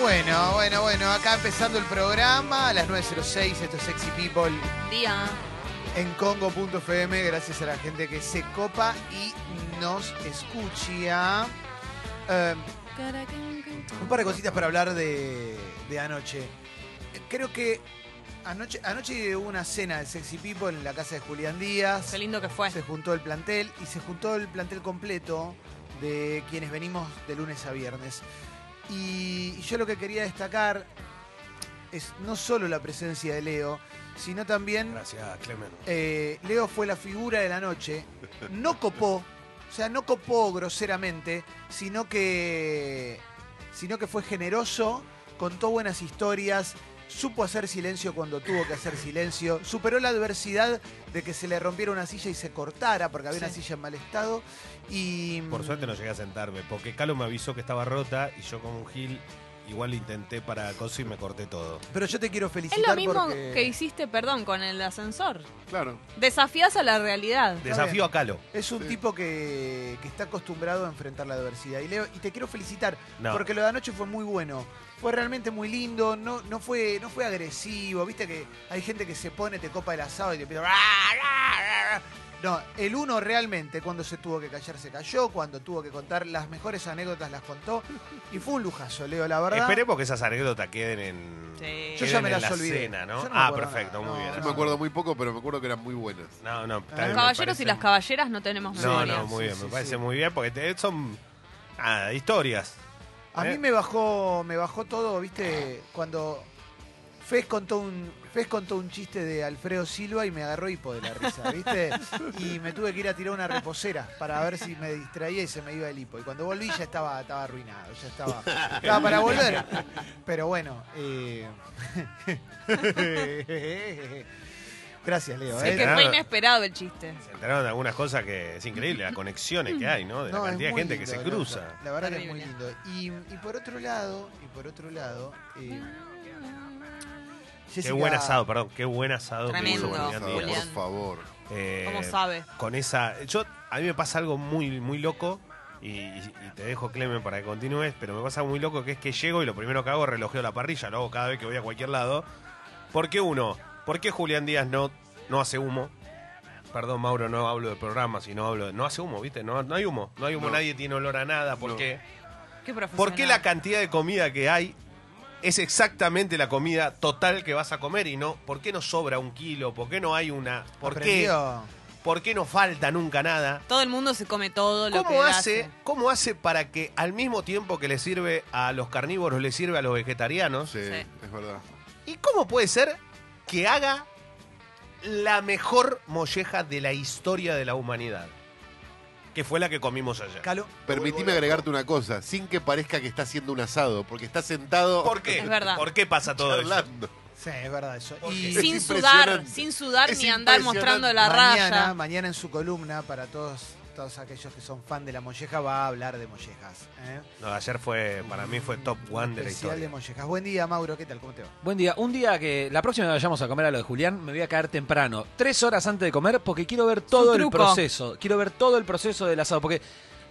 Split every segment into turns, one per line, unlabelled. Bueno, bueno, bueno, acá empezando el programa a las 9.06, esto es Sexy People
Día.
en Congo.fm, gracias a la gente que se copa y nos escucha. Eh, un par de cositas para hablar de, de anoche. Creo que anoche, anoche hubo una cena de Sexy People en la casa de Julián Díaz.
Qué lindo que fue.
Se juntó el plantel y se juntó el plantel completo de quienes venimos de lunes a viernes. Y yo lo que quería destacar es no solo la presencia de Leo, sino también
Gracias, Clemen.
eh, Leo fue la figura de la noche, no copó, o sea, no copó groseramente, sino que, sino que fue generoso, contó buenas historias, supo hacer silencio cuando tuvo que hacer silencio, superó la adversidad de que se le rompiera una silla y se cortara porque había una
Sí.
silla en mal estado y
Por suerte no llegué a sentarme, porque Calo me avisó que estaba rota y yo como un gil igual lo intenté para coso y me corté todo.
pero yo te quiero
Es
felicitar
lo mismo
porque
que hiciste, perdón, con el ascensor.
Claro.
Desafías a la realidad.
Desafío a Calo.
es un
Sí.
tipo que, que está acostumbrado a enfrentar la adversidad y Leo y te quiero felicitar
No.
Porque lo de anoche fue muy bueno. Fue realmente muy lindo, no, no, fue, no fue agresivo. Viste que hay gente que se pone, te copa el asado y te pide. "Ra, ra, ra". No, el uno realmente, cuando se tuvo que callar, se cayó. Cuando tuvo que contar las mejores anécdotas, las contó. Y fue un lujazo, Leo, la verdad.
Esperemos que esas anécdotas queden en,
Sí.
Yo
queden
ya me
en
las
la
olvidé.
cena, ¿no?
Yo no me
ah,
acuerdo
perfecto,
nada.
muy
No,
bien.
no,
Yo me acuerdo muy poco, pero me acuerdo que eran muy buenas.
No, no, está
Los
bien,
Los
me
caballeros
parece-
y las caballeras no tenemos
No,
memoria.
no, muy bien,
Sí,
me
sí,
parece
sí.
muy bien, porque te- son ah, historias.
A mí
¿Eh?
me bajó, me bajó todo, viste, cuando Fez contó un. Fez contó un chiste de Alfredo Silva y me agarró hipo de la risa, ¿viste? Y me tuve que ir a tirar una reposera para ver si me distraía y se me iba el hipo. Y cuando volví ya estaba, estaba arruinado, ya estaba, estaba para volver. Pero bueno, eh. gracias Leo.
Sí,
¿eh?
Es que
Claro.
fue inesperado el chiste.
Se enteraron de algunas cosas que es increíble, las conexiones que hay, ¿no? De
No,
la
es
cantidad de
muy
gente que
lindo,
se
la
cruza.
verdad. La verdad que es
Terrible.
muy lindo. Y, y por otro lado, y por otro lado, eh,
Qué
Jessica-
buen asado, perdón, qué buen asado. que hizo
Tremendo,
Julián Díaz.
Julián.
por favor.
Eh,
¿Cómo sabe?
con esa. Yo, a mí me pasa algo muy, muy loco. Y, y- y te dejo, Clemen, para que continúes. Pero me pasa algo muy loco que es que llego y lo primero que hago es relojeo la parrilla. Lo hago cada vez que voy a cualquier lado. ¿Por qué uno? ¿Por qué Julián Díaz no, no hace humo? Perdón, Mauro, no hablo de programa, sino hablo de. No hace humo, ¿viste? No, no hay humo. No hay humo,
No.
nadie tiene olor a nada. ¿Por
No.
qué?
Qué profesional.
¿Por qué la cantidad de comida que hay es exactamente la comida total que vas a comer y no? ¿Por qué no sobra un kilo? ¿Por qué no hay una? ¿Por qué?
Aprendió.
¿Por qué no falta nunca nada?
Todo el mundo se come todo lo que
¿Cómo hace, ¿Cómo hace para que al mismo tiempo que le sirve a los carnívoros, le sirve a los vegetarianos?
Sí,
Sí.
es verdad.
¿Y cómo puede ser que haga la mejor molleja de la historia de la humanidad? Que fue la que comimos ayer.
Calo,
Permitime agregarte una cosa, sin que parezca que está haciendo un asado, porque está sentado
¿Por qué?
Es verdad.
¿Por qué pasa todo eso?
charlando.
Sí, es verdad eso.
¿Por
Y
qué?
Sin
Es
sudar,
impresionante.
sin sudar
Es
ni andar mostrando la
mañana,
raya.
mañana en su columna, para todos, todos aquellos que son fan de la molleja, va a hablar de mollejas. ¿eh?
No, ayer fue, para mí fue top
Un
one de la
especial
historia.
de mollejas. Buen día, Mauro, ¿qué tal? ¿Cómo te va?
Buen día. Un día que la próxima vez vayamos a comer a lo de Julián, me voy a caer temprano. Tres horas antes de comer porque quiero ver todo el
truco.
proceso. Quiero ver todo el proceso del asado. Porque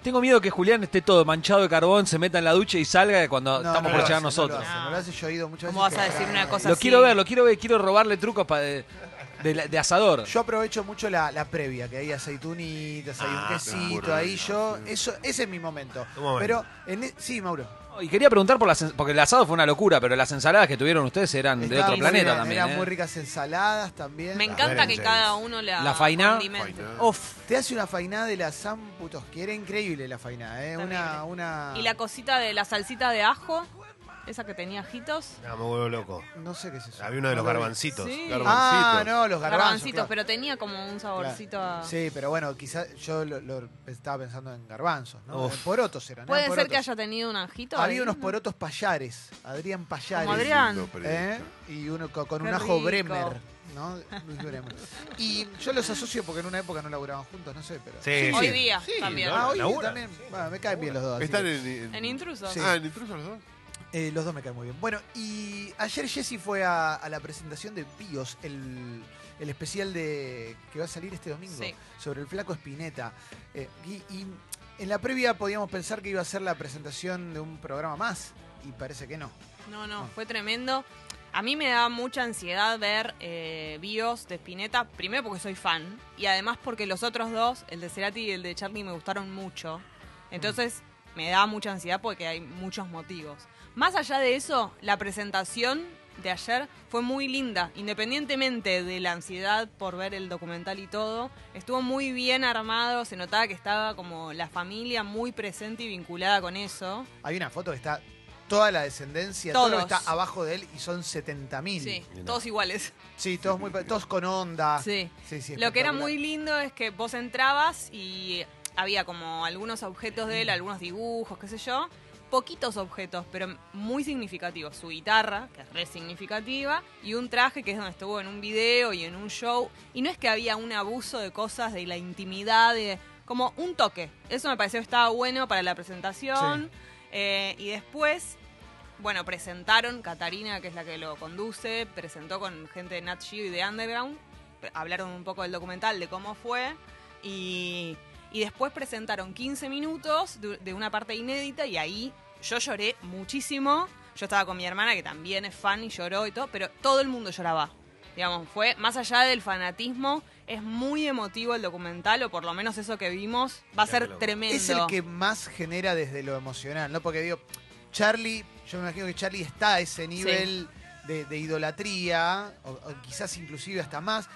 tengo miedo que Julián esté todo manchado de carbón, se meta en la ducha y salga cuando
No,
estamos
no
por
lo
llegar
hace,
nosotros.
No lo, hace, no lo hace, yo he ido muchas
¿Cómo
veces
vas a
que-
decir una
Lo,
cosa así?
quiero ver, lo quiero ver, quiero robarle trucos pa- de, de la- de asador.
Yo aprovecho mucho la, la previa, que hay aceitunitas, hay un
Ah,
quesito,
seguro,
ahí
no,
yo.
sí.
Eso, ese es mi momento.
Tu momento.
Pero, en e- sí, Mauro.
Y quería preguntar por las. ens- Porque el asado fue una locura, pero las ensaladas que tuvieron ustedes eran de
Estaban
otro
muy
planeta
ricas,
también.
Eran
¿eh?
muy ricas ensaladas también.
Me
Darren
encanta que
James.
cada uno la,
La faina.
condimente.
Faina.
Uf, te hace una fainada de las zamputos, que era increíble la fainada, ¿eh? Una,
Terrible.
una...
Y la cosita de la salsita de ajo, esa que tenía ajitos.
No, me vuelvo loco.
No sé qué es eso.
Había uno de los
No lo vi.
garbancitos.
Sí.
Garbanzo.
Ah,
Garbancitos.
no, los garbanzos.
Garbancitos,
claro.
pero tenía como un saborcito a...
Sí, pero bueno, quizás yo lo, lo estaba pensando en garbanzos, ¿no?
Uf.
En porotos eran.
Puede
eran
ser que
porotos.
haya tenido un ajito. ahí,
Había unos
¿no?
porotos payares, Adrián Payares.
Como Adrián.
Lindo periodista.
¿eh? Y uno co- con,
Qué
un ajo
rico.
Bremer, ¿no? Luis Bremer. Y yo los asocio porque en una época no laburaban juntos, no sé, pero.
Sí,
Hoy
sí.
día
Sí,
también.
¿no?
Ah, oye,
Laburan.
también. Bueno, me caen bien los dos. así
Están
que-
en, en-
En intrusos.
¿Eh? Sí.
Ah, en intrusos los dos.
Eh, los dos me caen muy bien. Bueno, y ayer Jesse fue a, a la presentación de Bios, el, el especial de que va a salir este domingo
Sí.
sobre el flaco Spinetta. Eh, y, y en la previa podíamos pensar que iba a ser la presentación de un programa más, y parece que no.
No, no, fue tremendo. A mí me da mucha ansiedad ver eh, bios de Spinetta, primero porque soy fan y además porque los otros dos, el de Cerati y el de Charlie, me gustaron mucho. Entonces me da mucha ansiedad porque hay muchos motivos. Más allá de eso, la presentación de ayer fue muy linda, independientemente de la ansiedad por ver el documental y todo, estuvo muy bien armado, se notaba que estaba como la familia muy presente y vinculada con eso.
Hay una foto que está toda la descendencia, todo lo que
Todos.
está abajo de él y son 70.000. mil.
Sí, todos iguales.
Sí, todos, muy, pa- todos con onda.
Sí.
Sí, sí,
Lo que era
espectacular.
muy lindo es que vos entrabas y había como algunos objetos de él, algunos dibujos, qué sé yo. Poquitos objetos, pero muy significativos. Su guitarra, que es re significativa, y un traje que es donde estuvo en un video y en un show. Y no es que había un abuso de cosas de la intimidad, de, como un toque. Eso me pareció que estaba bueno para la presentación. Eh, y después bueno, presentaron, Catarina, que es la que lo conduce, presentó con gente de Nat Geo y de Underground, pre- hablaron un poco del documental, de cómo fue, y, y después presentaron 15 minutos du- de, una parte inédita y ahí yo lloré muchísimo, yo estaba con mi hermana que también es fan y lloró y todo, pero todo el mundo lloraba. Digamos, fue más allá del fanatismo, es muy emotivo el documental, o por lo menos eso que vimos, va a
Mirá qué
ser
loco.
tremendo.
Es el que más genera desde lo emocional, ¿no? Porque digo, Charlie, yo me imagino que Charlie está a ese nivel de, de idolatría, o, o quizás inclusive hasta más,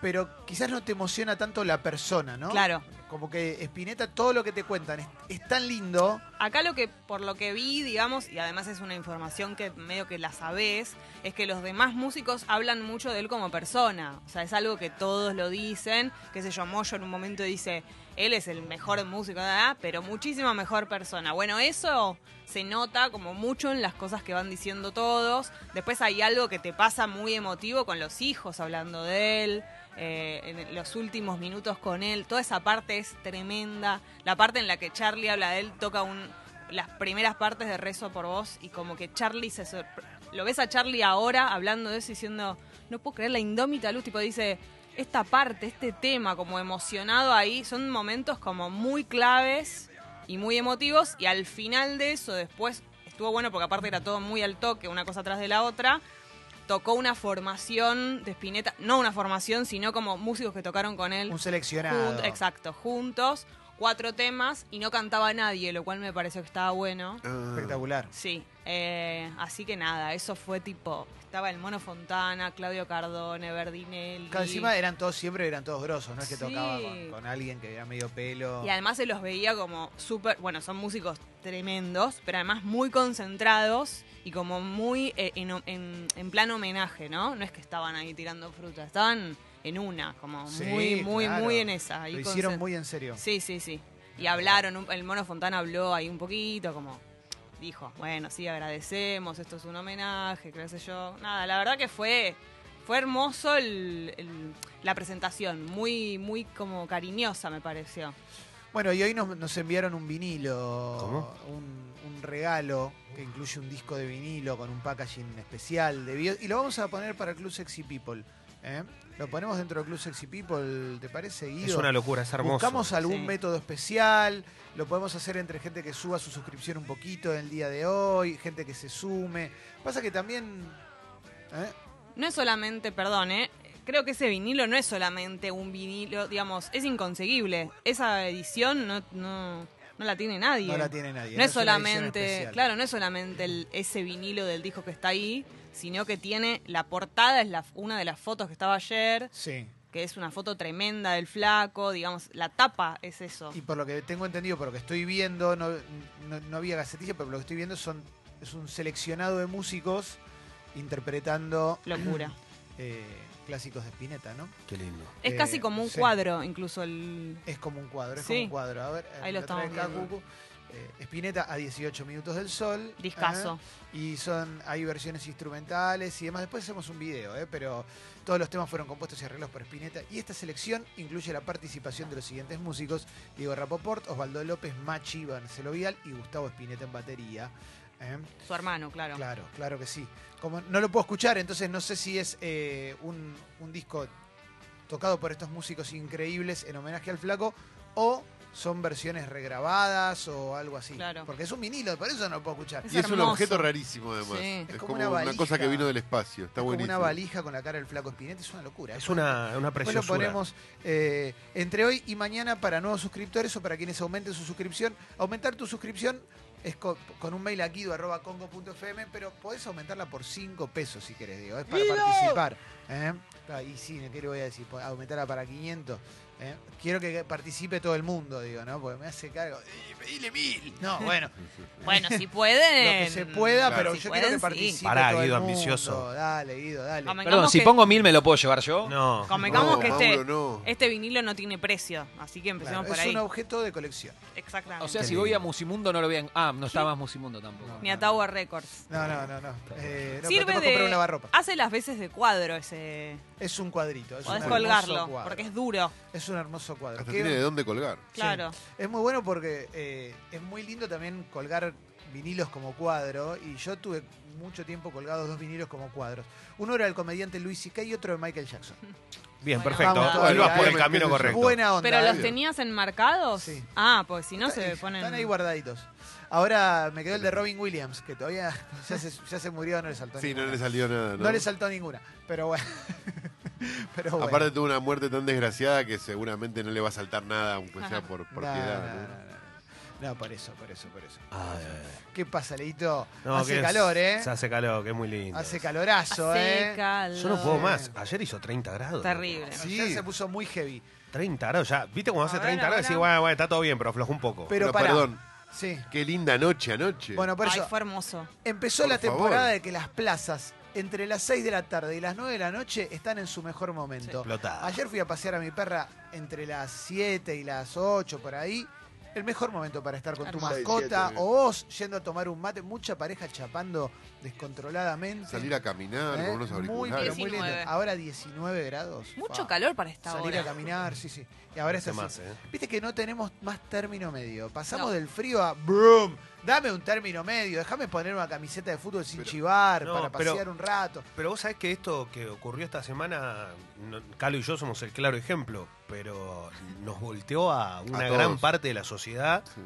pero quizás no te emociona tanto la persona, ¿no?
Claro.
Como que Spinetta, todo lo que te cuentan es, es tan lindo.
Acá lo que, por lo que vi, digamos, y además es una información que medio que la sabés, es que los demás músicos hablan mucho de él como persona. O sea, es algo que todos lo dicen. Qué sé yo, Moyo en un momento dice, él es el mejor músico, ah, pero muchísima mejor persona. Bueno, eso se nota como mucho en las cosas que van diciendo todos. Después hay algo que te pasa muy emotivo con los hijos hablando de él. eh, en los últimos minutos con él, toda esa parte es tremenda. La parte en la que Charlie habla de él toca un, las primeras partes de Rezo por Vos y como que Charlie se sorpre- Lo ves a Charlie ahora hablando de eso y diciendo, no puedo creer la indómita luz, tipo dice, esta parte, este tema, como emocionado ahí, son momentos como muy claves y muy emotivos y al final de eso después estuvo bueno porque aparte era todo muy al toque, una cosa atrás de la otra. Tocó una formación de Spinetta, no una formación, sino como músicos que tocaron con él.
Un seleccionado.
Jun- exacto, juntos, cuatro temas y no cantaba nadie, lo cual me pareció que estaba bueno.
Ah.
Espectacular.
Sí, eh, así que nada, eso fue tipo, estaba el Mono Fontana, Claudio Cardone, Verdinelli.
Cada encima eran todos, siempre eran todos grosos, no es que
Sí.
tocaba con, con alguien que era medio pelo.
Y además se los veía como súper, bueno, son músicos tremendos, pero además muy concentrados y como muy eh, en, en- en plan homenaje, ¿no? No es que estaban ahí tirando fruta, estaban en una, como
Sí,
muy, muy,
claro.
muy en esa. ahí
Lo hicieron
concent-
muy en serio.
Sí, sí, sí. Y hablaron, un- el Mono Fontana habló ahí un poquito, como dijo, bueno, sí, agradecemos, esto es un homenaje, qué sé yo. Nada, la verdad que fue, fue hermoso el- el- la presentación, muy, muy como cariñosa me pareció.
Bueno, y hoy nos, nos enviaron un vinilo,
¿Cómo?
Un, un regalo que incluye un disco de vinilo con un packaging especial de video. Y lo vamos a poner para el Club Sexy People. ¿eh? Lo ponemos dentro del Club Sexy People, ¿te parece, Guido?
Es una locura, es hermoso.
Buscamos algún
Sí.
método especial, lo podemos hacer entre gente que suba su suscripción un poquito en el día de hoy, gente que se sume. Pasa que también... ¿eh?
No es solamente, perdón, ¿eh? Creo que ese vinilo no es solamente un vinilo, digamos, es inconseguible. Esa edición no, no, no la tiene nadie.
No la tiene nadie.
No es
una edición
solamente,
especial.
claro, no es solamente el- ese vinilo del disco que está ahí, sino que tiene la portada, es la, una de las fotos que estaba ayer,
Sí.
que es una foto tremenda del flaco, digamos, la tapa es eso.
Y por lo que tengo entendido, por lo que estoy viendo, no, no- no había gacetilla, pero por lo que estoy viendo son, es un seleccionado de músicos interpretando
Locura.
eh, clásicos de Spinetta, ¿no?
Qué lindo.
Es
Eh,
casi como un
sí.
cuadro, incluso el...
Es como un cuadro, es
Sí.
como un cuadro. A ver, eh,
Ahí lo
trae
estamos
acá,
viendo.
Cucu. Eh, Spinetta a 18 minutos del sol.
Discazo.
Ah, Y son, hay versiones instrumentales y demás. Después hacemos un video, eh, pero todos los temas fueron compuestos y arreglos por Spinetta. Y esta selección incluye la participación de los siguientes músicos: Diego Rapoport, Osvaldo López, Machi, Marcelo Vial y Gustavo Spinetta en batería. ¿eh?
Su hermano, claro.
Claro, claro que sí. Como no lo puedo escuchar, entonces no sé si es eh, un, un disco tocado por estos músicos increíbles en homenaje al flaco o son versiones regrabadas o algo así.
Claro.
Porque es un vinilo, por eso no lo puedo escuchar.
Es
y es un
hermoso.
objeto rarísimo además.
Sí. Es
Es,
como
como,
una
una,
valija.
cosa que vino del espacio.
Es
Está
como
buenísimo.
una valija con la cara del flaco Spinetta, es una locura.
Es una, una
Después lo
preciosura.
ponemos eh, entre hoy y mañana para nuevos suscriptores o para quienes aumenten su suscripción. Aumentar tu suscripción es co- con, un mail a guido.congo.fm, pero podés aumentarla por 5 pesos si querés, digo. Es para participar. ¿eh? Ah, Y sí, ¿qué le voy a decir? Po- Aumentarla para 500. ¿eh? Quiero que participe todo el mundo, digo, ¿no? Porque me hace cargo. ¡Eh, pedile mil! No, bueno,
Bueno, si pueden.
lo que se pueda,
Claro.
pero
Si
yo quiero
pueden,
que participe
sí.
Pará,
todo
Guido,
el mundo.
ambicioso.
Dale, Guido, dale.
Convengamos
Perdón, si
que-
pongo mil, ¿me lo puedo llevar yo?
No.
Convengamos
No,
que
Mauro,
este,
no.
este vinilo no tiene precio, así que empecemos
Claro,
por
es
ahí.
un objeto de colección.
Exactamente.
O sea,
Qué
si voy a
lindo.
Musimundo no lo vean. Ah, no está más Musimundo tampoco.
Ni a Tower Records.
No, no, no, no. Eh, no, pero
Sirve
tengo que comprar
de.
un lavarropa.
Hace las veces de cuadro ese.
Es un cuadrito. Es
Podés
un
colgarlo,
hermoso cuadro.
porque es duro.
Es un hermoso cuadro.
Hasta
Que-
tiene de dónde colgar.
Claro.
Es muy bueno porque eh, es muy lindo también colgar vinilos como cuadro. Y yo tuve mucho tiempo colgados dos vinilos como cuadros. Uno era del comediante Luis C.K. y otro de Michael Jackson.
Bien,
Bueno,
perfecto.
vamos,
Ahí vas
dale,
por el camino
dale, empieza.
correcto.
Buena onda.
¿Pero
¿eh?
los tenías enmarcados?
Sí.
Ah, pues si no se
Está-
ponen.
Están ahí guardaditos. Ahora me quedó el de Robin Williams, que todavía ya se, ya se murió, no le saltó
Sí, no
ninguna.
le salió nada. ¿no?
No le saltó ninguna. Pero bueno. pero bueno.
Aparte tuvo una muerte tan desgraciada que seguramente no le va a saltar nada, aunque sea
Ajá.
por, por
No,
piedad.
no,
¿no?
no, no. No, por eso, por eso, por eso. ¿Qué pasa, Leito?
No,
hace
que es-
calor, ¿eh?
Se hace calor, que es muy lindo.
Hace calorazo,
Hace
¿eh?
calor.
Yo no puedo más. Ayer hizo 30 grados.
Terrible.
loco.
Ayer
Sí,
se puso muy heavy.
30 grados ya. ¿Viste cuando
A
hace
ver,
30 grados?
ahora.
Sí, bueno, bueno, está todo bien, pero aflojó un poco.
Pero
No,
pará.
perdón,
Sí.
qué linda noche anoche.
Bueno, por
Ay,
eso
fue hermoso.
empezó
Por
la
favor.
temporada de que las plazas entre las 6 de la tarde y las 9 de la noche están en su mejor momento.
Explotada.
Ayer fui a pasear a mi perra entre las 7 y las 8 por ahí. El mejor momento para estar con tu
Hermoso.
mascota
Siete,
o vos yendo a tomar un mate, mucha pareja chapando descontroladamente.
Salir a caminar
¿Eh?
con unos
Muy, pero
auriculares.
muy lindo.
19.
Ahora 19 grados.
Mucho
Fa.
calor para esta
Salir a
hora.
caminar, sí, sí. Y ahora es
Hace
así.
más, ¿eh?
Viste que no tenemos más término medio. Pasamos
No.
del frío a brum. Dame un término medio. Déjame poner una camiseta de fútbol sin
Pero-
chivar
No,
para
pero-
pasear un rato.
Pero vos sabés que esto que ocurrió esta semana, no- Calo y yo somos el claro ejemplo, pero nos volteó a una
todos.
gran parte de la sociedad,
Sí.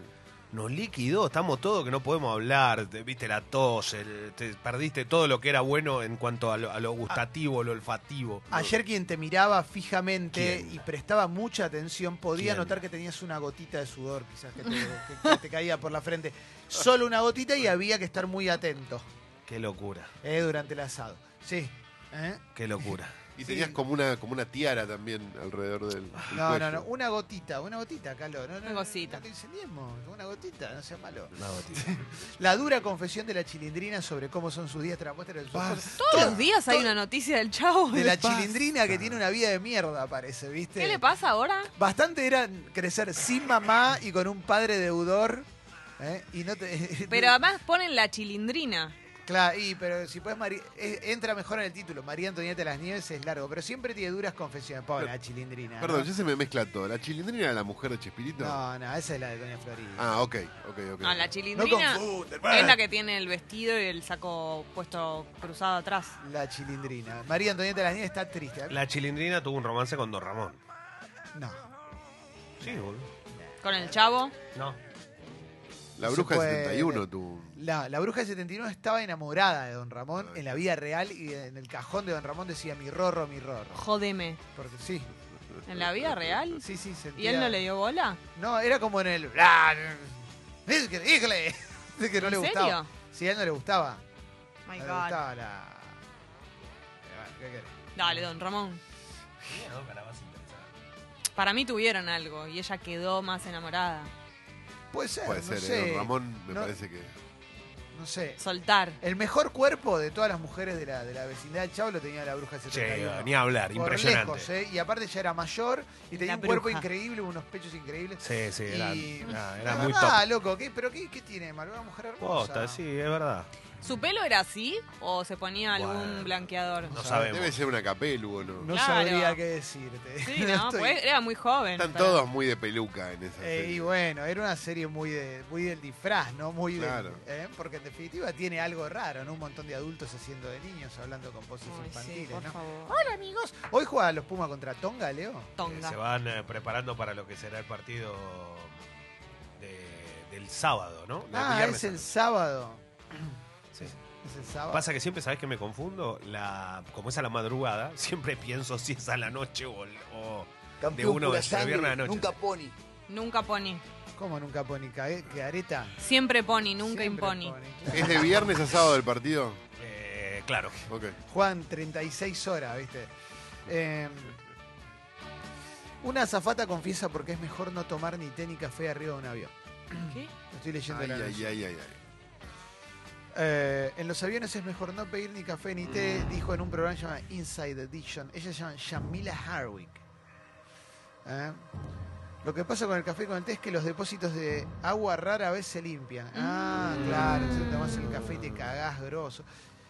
nos liquidó, estamos todos que no podemos hablar, te- viste la tos, el- te perdiste todo lo que era bueno en cuanto a lo, a lo gustativo, lo olfativo.
Ayer quien te miraba fijamente
¿Quién?
y prestaba mucha atención podía
¿Quién?
notar que tenías una gotita de sudor quizás que te, que- que te caía por la frente. Solo una gotita y había que estar muy atento
Qué locura,
eh, durante el asado. Sí. ¿Eh?
qué locura.
Y tenías como una, como una tiara también alrededor del. del
No, no,
cuello.
no, una gotita, una gotita, Calo. No, no,
Una cosita.
No te incendiemos, una gotita, no seas malo.
No, tío.
La dura confesión de la chilindrina sobre cómo son sus días tras muestra de sus cosas.
Todos los días hay una noticia del chavo.
De la chilindrina que tiene una vida de mierda, parece, ¿viste?
¿Qué le pasa ahora?
Bastante era crecer sin mamá y con un padre deudor. ¿eh? Y no te,
Pero además ponen la chilindrina.
Claro, y, pero si puedes, Mari- eh, entra mejor en el título. María Antonieta de las Nieves es largo, pero siempre tiene duras confesiones. Pobre la chilindrina.
Perdón,
¿no?
ya se me mezcla todo. ¿La chilindrina era la mujer de Chespirito?
No, no, esa es la de Doña Florida.
Ah, ok, ok, ok.
No, la
no
chilindrina
confunde,
es la que tiene el vestido y el saco puesto cruzado atrás.
La chilindrina. María Antonieta de las Nieves está triste. ¿eh?
La chilindrina tuvo un romance con Don Ramón.
No.
Sí, boludo.
Con el chavo.
No.
La
No se
bruja de
puede.
71, tú.
La, la bruja de 79 estaba enamorada de Don Ramón
Ay.
en la vida real y en el cajón de Don Ramón decía mi rorro, mi rorro.
Jodeme.
Porque sí,
¿En la vida real?
sí, sí.
¿Y
sentía-
él no le dio bola?
No, era como en el... "Bla, mm, es que- híjole", de que no
¿En
le
serio? Oh
gustaba. Sí, a él no le gustaba.
My
no le
God.
gustaba la... Pero bueno, ¿qué querés?
Dale, don Ramón. Para mí tuvieron algo y ella quedó más enamorada.
Puede ser,
Puede
no
ser,
sé.
eh, don Ramón me
No-
parece que.
No sé.
Soltar.
El mejor cuerpo de todas las mujeres de la, de la vecindad del Chavo lo tenía la bruja de
Che,
71.
ni hablar,
Por
impresionante.
lejos, ¿eh? Y aparte ya era mayor y tenía
La
un cuerpo
bruja.
increíble, unos pechos increíbles.
Sí, sí, era,
Y-
era- era
La
muy top.
verdad, loco, ¿qué, pero qué, qué tiene de malo? Una mujer hermosa.
Posta, sí, es verdad.
¿Su pelo era así o se ponía algún
Bueno.
blanqueador?
No sabemos.
Debe ser una capelu o no.
No
Claro.
sabría qué decirte.
Sí, no,
Estoy-
pues era muy joven.
Están
pero-
todos muy de peluca en esa
Eh, y
serie.
bueno, era una serie muy de muy del disfraz, ¿no? Muy del-
Claro.
¿eh? Porque en definitiva tiene algo raro, ¿no? Un montón de adultos haciendo de niños, hablando con voces
Ay, sí,
infantiles,
por
¿no?
favor.
Hola, amigos. Hoy juega los Pumas contra Tonga, Leo.
Eh,
Tonga.
se van eh, preparando para lo que será el partido de- del sábado, ¿no? No,
Ah, es
viernes.
el sábado.
Sí, sí.
Es el sábado.
Pasa que siempre, ¿sabes que me confundo? La, como es a la madrugada, siempre pienso si es a la noche o, o- de uno de viernes a la noche.
nunca pony.
Nunca pony.
¿Cómo nunca pone cae- que areta?
Siempre pony, nunca
Siempre
imponi.
pone, claro.
¿Es de viernes a sábado el partido?
Eh, claro.
Ok.
Juegan 36 horas, ¿viste? Eh, una azafata confiesa porque es mejor no tomar ni té ni café arriba de un avión.
¿Qué?
Lo estoy leyendo
Ay,
en la noche.
ay, ay, ay, ay.
Eh, en los aviones es mejor no pedir ni café ni té, dijo en un programa llamado Inside Edition. Ella se llama Shamila Harwick. ¿Eh? Lo que pasa con el café y con el té es que los depósitos de agua rara vez se limpian. Ah, claro, entonces tomás el café y te cagás grosso.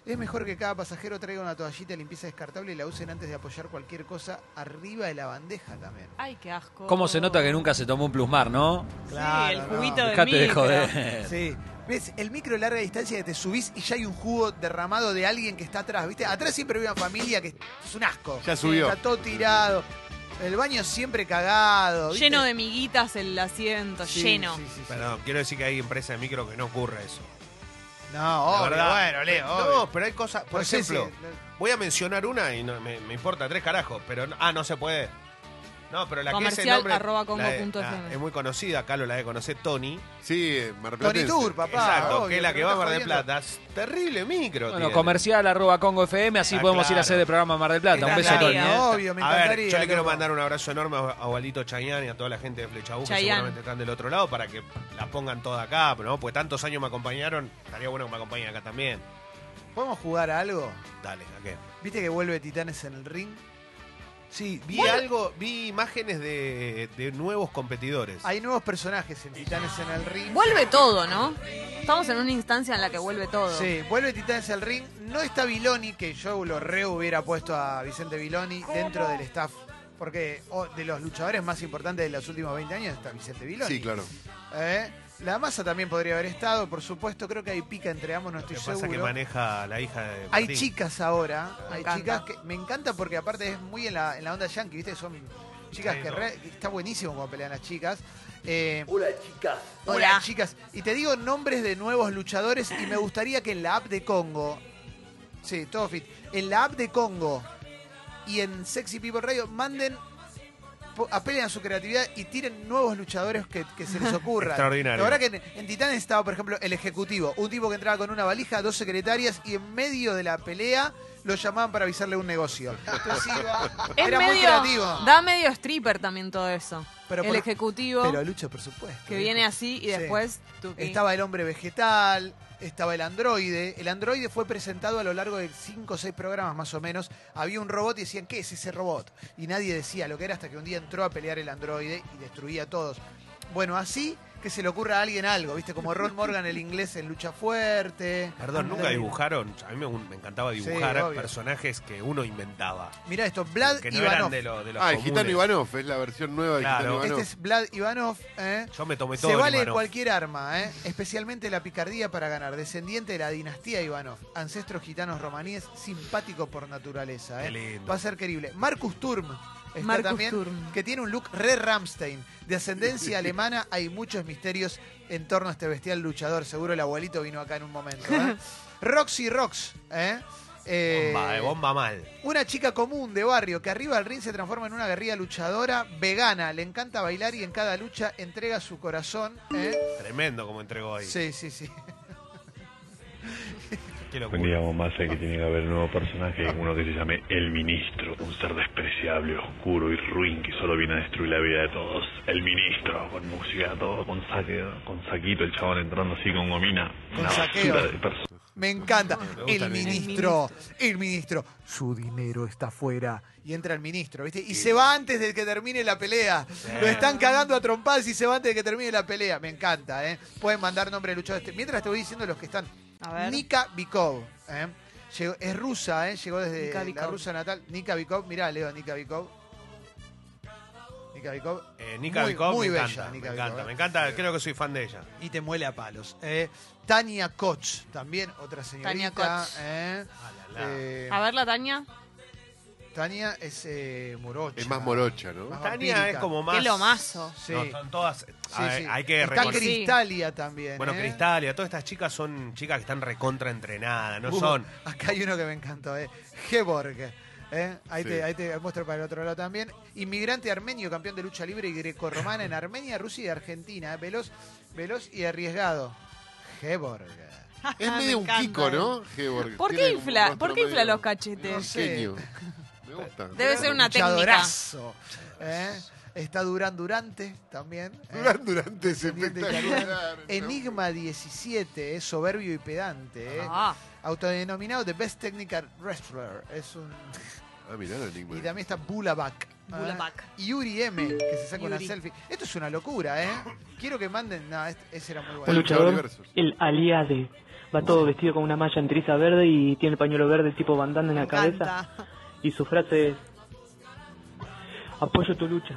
Es mejor que cada pasajero traiga una toallita de limpieza descartable y la usen antes de apoyar cualquier cosa arriba de la bandeja también.
Ay, qué asco.
¿Cómo se nota que nunca se tomó un plusmar, no?
Claro,
sí, el
no.
juguito de
Dejate de
micro.
joder.
Sí. ¿Ves? El micro de larga distancia que te subís y ya hay un jugo derramado de alguien que está atrás, ¿viste? Atrás siempre hay una familia que es un asco.
Ya subió.
Está todo tirado. El baño siempre cagado. ¿viste?
Lleno de miguitas el asiento,
Sí,
lleno.
sí, sí, sí.
Perdón, quiero decir que hay empresas de micro que no ocurre eso.
No,
La
obvio,
verdad.
bueno, Leo. obvio.
No, pero hay cosas. Por
No sé si-
ejemplo, voy a mencionar una y no, me, me importa tres carajos, pero no- ah, no se puede. No, pero la que es el
Comercial
nombre,
arroba congo
la de-
punto
la-
fm.
es muy conocida, acá lo la de conocer Tony.
Sí, eh, Mar
Tony
Platense.
Tour, papá.
Exacto,
obvio,
que es la
pero
que
no
va a
está
Mar del
jodiendo.
Plata. Es Terrible micro.
Bueno,
tiene.
comercial arroba Congo FM, así
Ah,
podemos ir a
claro.
hacer el programa Mar del
Es
Plata.
la
Un beso, Tony.
Encantaría.
¿eh?
Obvio, me
a ver,
encantaría.
yo le quiero
loco.
mandar un abrazo enorme a a Walito Chayán y a toda la gente de Flechabú, que
Chayanne.
seguramente están del otro lado, para que la pongan toda acá, pero no, pues tantos años me acompañaron, estaría bueno que me acompañen acá también.
¿Podemos jugar a algo?
Dale, ¿a qué?
¿Viste que vuelve Titanes en el ring?
Sí, vi algo, vi imágenes de, de nuevos competidores.
Hay nuevos personajes en Titanes en el ring.
Vuelve todo, ¿no? Estamos en una instancia en la que vuelve todo.
Sí, vuelve Titanes al ring. No está Viloni, que yo lo re hubiera puesto a Vicente Viloni dentro del staff. Porque oh, de los luchadores más importantes de los últimos 20 años está Vicente Viloni.
Sí, claro.
¿Eh? La masa también podría haber estado, por supuesto. Creo que hay pica entre ambos, no
Lo que
estoy
pasa es
seguro.
que maneja la hija de
hay
Martín.
chicas ahora. hay
encanta.
chicas que. Me encanta porque, aparte, es muy en la, en la onda yankee, ¿viste? Son chicas
Sí,
que.
no.
re- está buenísimo cuando pelean las chicas. Eh,
Hola, chicas.
Hola,
Hola.
chicas. Y te digo nombres de nuevos luchadores y me gustaría que en la app de Congo, sí, todo fit, en la app de Congo y en Sexy People Radio manden, po- apelen a su creatividad y tiren nuevos luchadores que, que se les ocurra.
Extraordinario.
La verdad que en, en Titanes estaba, por ejemplo, el ejecutivo, un tipo que entraba con una valija, dos secretarias y en medio de la pelea lo llamaban para avisarle un negocio. Entonces iba,
Es
era
medio,
muy creativo.
Da medio stripper también todo eso.
Pero
el
por-
ejecutivo
Pero Lucho, por supuesto.
que
viejo.
viene así
Sí.
y después tú qué.
Estaba el hombre vegetal, estaba el androide. El androide fue presentado a lo largo de cinco o seis programas más o menos. Había un robot y decían, ¿qué es ese robot? Y nadie decía lo que era hasta que un día entró a pelear el androide y destruía a todos. Bueno, así que se le ocurra a alguien algo, ¿viste? Como Ron Morgan, el inglés en lucha fuerte.
Perdón, nunca dibujaron. A mí me, me encantaba
Sí,
dibujar
obvio.
personajes que uno inventaba.
Mirá esto, Vlad
que no
Ivanov.
eran de, lo- de los
Ah, el
comunes.
Gitano Ivanov, es la versión nueva de
Claro.
Gitano Ivanov.
Este es Vlad Ivanov, ¿eh?
Yo me tomé todo
Se
el
vale
Ivanov.
cualquier arma, ¿eh? especialmente la picardía para ganar. Descendiente de la dinastía Ivanov, ancestros gitanos romaníes, simpático por naturaleza. ¿eh?
Qué lindo.
Va a ser querible. Marcus Turm está
Marcus
también,
Turm.
que tiene un look re Ramstein. De ascendencia alemana, hay muchos misterios en torno a este bestial luchador. Seguro el abuelito vino acá en un momento. ¿eh? Roxy Rox, ¿eh? Eh,
Bomba, de bomba mal.
una chica común de barrio que arriba del ring se transforma en una guerrilla luchadora vegana. Le encanta bailar y en cada lucha entrega su corazón. ¿eh?
Tremendo como entregó ahí.
Sí, sí, sí.
Qué locura.
Vendíamos más eh, que tiene que haber un nuevo personaje, uno que se llame El Ministro, un ser despreciable, oscuro y ruin que solo viene a destruir la vida de todos. El Ministro, con música, todo, con saque, con saquito, el chabón entrando así con gomina.
Con
Una
saqueo.
basura de persona.
Me encanta.
gusta
El
el
ministro, el ministro. Su dinero está afuera. Y entra el ministro, ¿viste? Y se va antes de que termine la pelea. Lo están cagando a trompadas y se va antes de que termine la pelea. Me encanta, ¿eh? Pueden mandar nombre de luchadores. Mientras te voy diciendo los que están.
A ver.
Nika Bikov. ¿eh? Llegó- es rusa, ¿eh? llegó desde
Nika
la
Bikov.
rusa natal. Nika Bikov, mirá, Leo, Nika Bikov. Nika Bikov.
Eh, Nika
Muy-
Bykov,
muy
me
bella,
encanta,
Nika
me
Bykov,
encanta,
eh.
me encanta, creo que soy fan de ella.
Y te muele a palos. Eh, Tania Koch, también otra señorita.
Tania Koch.
¿eh?
Ah, la, la.
Eh,
A ver, la Tania.
Tania es eh, morocha.
Es más morocha,
Más
¿no?
Tania es
vampírica.
como más.
Qué lomazo.
Sí.
No, son todas.
Sí,
a ver,
sí.
Hay que
Está
reconocer.
Cris-
Cristalia también.
Bueno,
¿eh?
Cristalia, todas estas chicas son chicas que están recontra entrenadas, no
Uh,
son.
Acá hay uno que me encantó, ¿eh? Geborg. ¿eh? Ahí,
Sí.
te, ahí te muestro para el otro lado también. Inmigrante armenio, campeón de lucha libre y grecorromana en Armenia, Rusia y Argentina. ¿eh? Veloz, veloz y arriesgado. Geborg.
Es
Me
medio un
encanta.
Kiko, ¿no? Geborg.
¿Por qué
Tiene como
infla-
un rostro
por qué infla
medio-
los cachetes?
No
medio
sé.
pequeño. Me gusta.
Debe ser una técnica.
Luchadorazo. ¿eh? Está Durán Durante también. ¿eh?
Durán Durante es
Descendiente
espectacular.
italiano. Enigma 17, es soberbio y pedante. ¿eh?
Ah,
Autodenominado The Best Technical Wrestler. Es un...
Ah, mirá el Enigma.
Y también está Bulabak. ¿ah?
Bulabak.
Y Yuri M, que se saca una
Yuri.
selfie. Esto es una locura, ¿eh? Quiero que manden... No, este- ese era muy
El
bueno.
Luchador
luchador,
versus.
el aliade. Va todo vestido con una malla en triza verde y tiene el pañuelo verde tipo bandana en
me
la cabeza.
encanta.
Y su frase es: Apoyo tu lucha.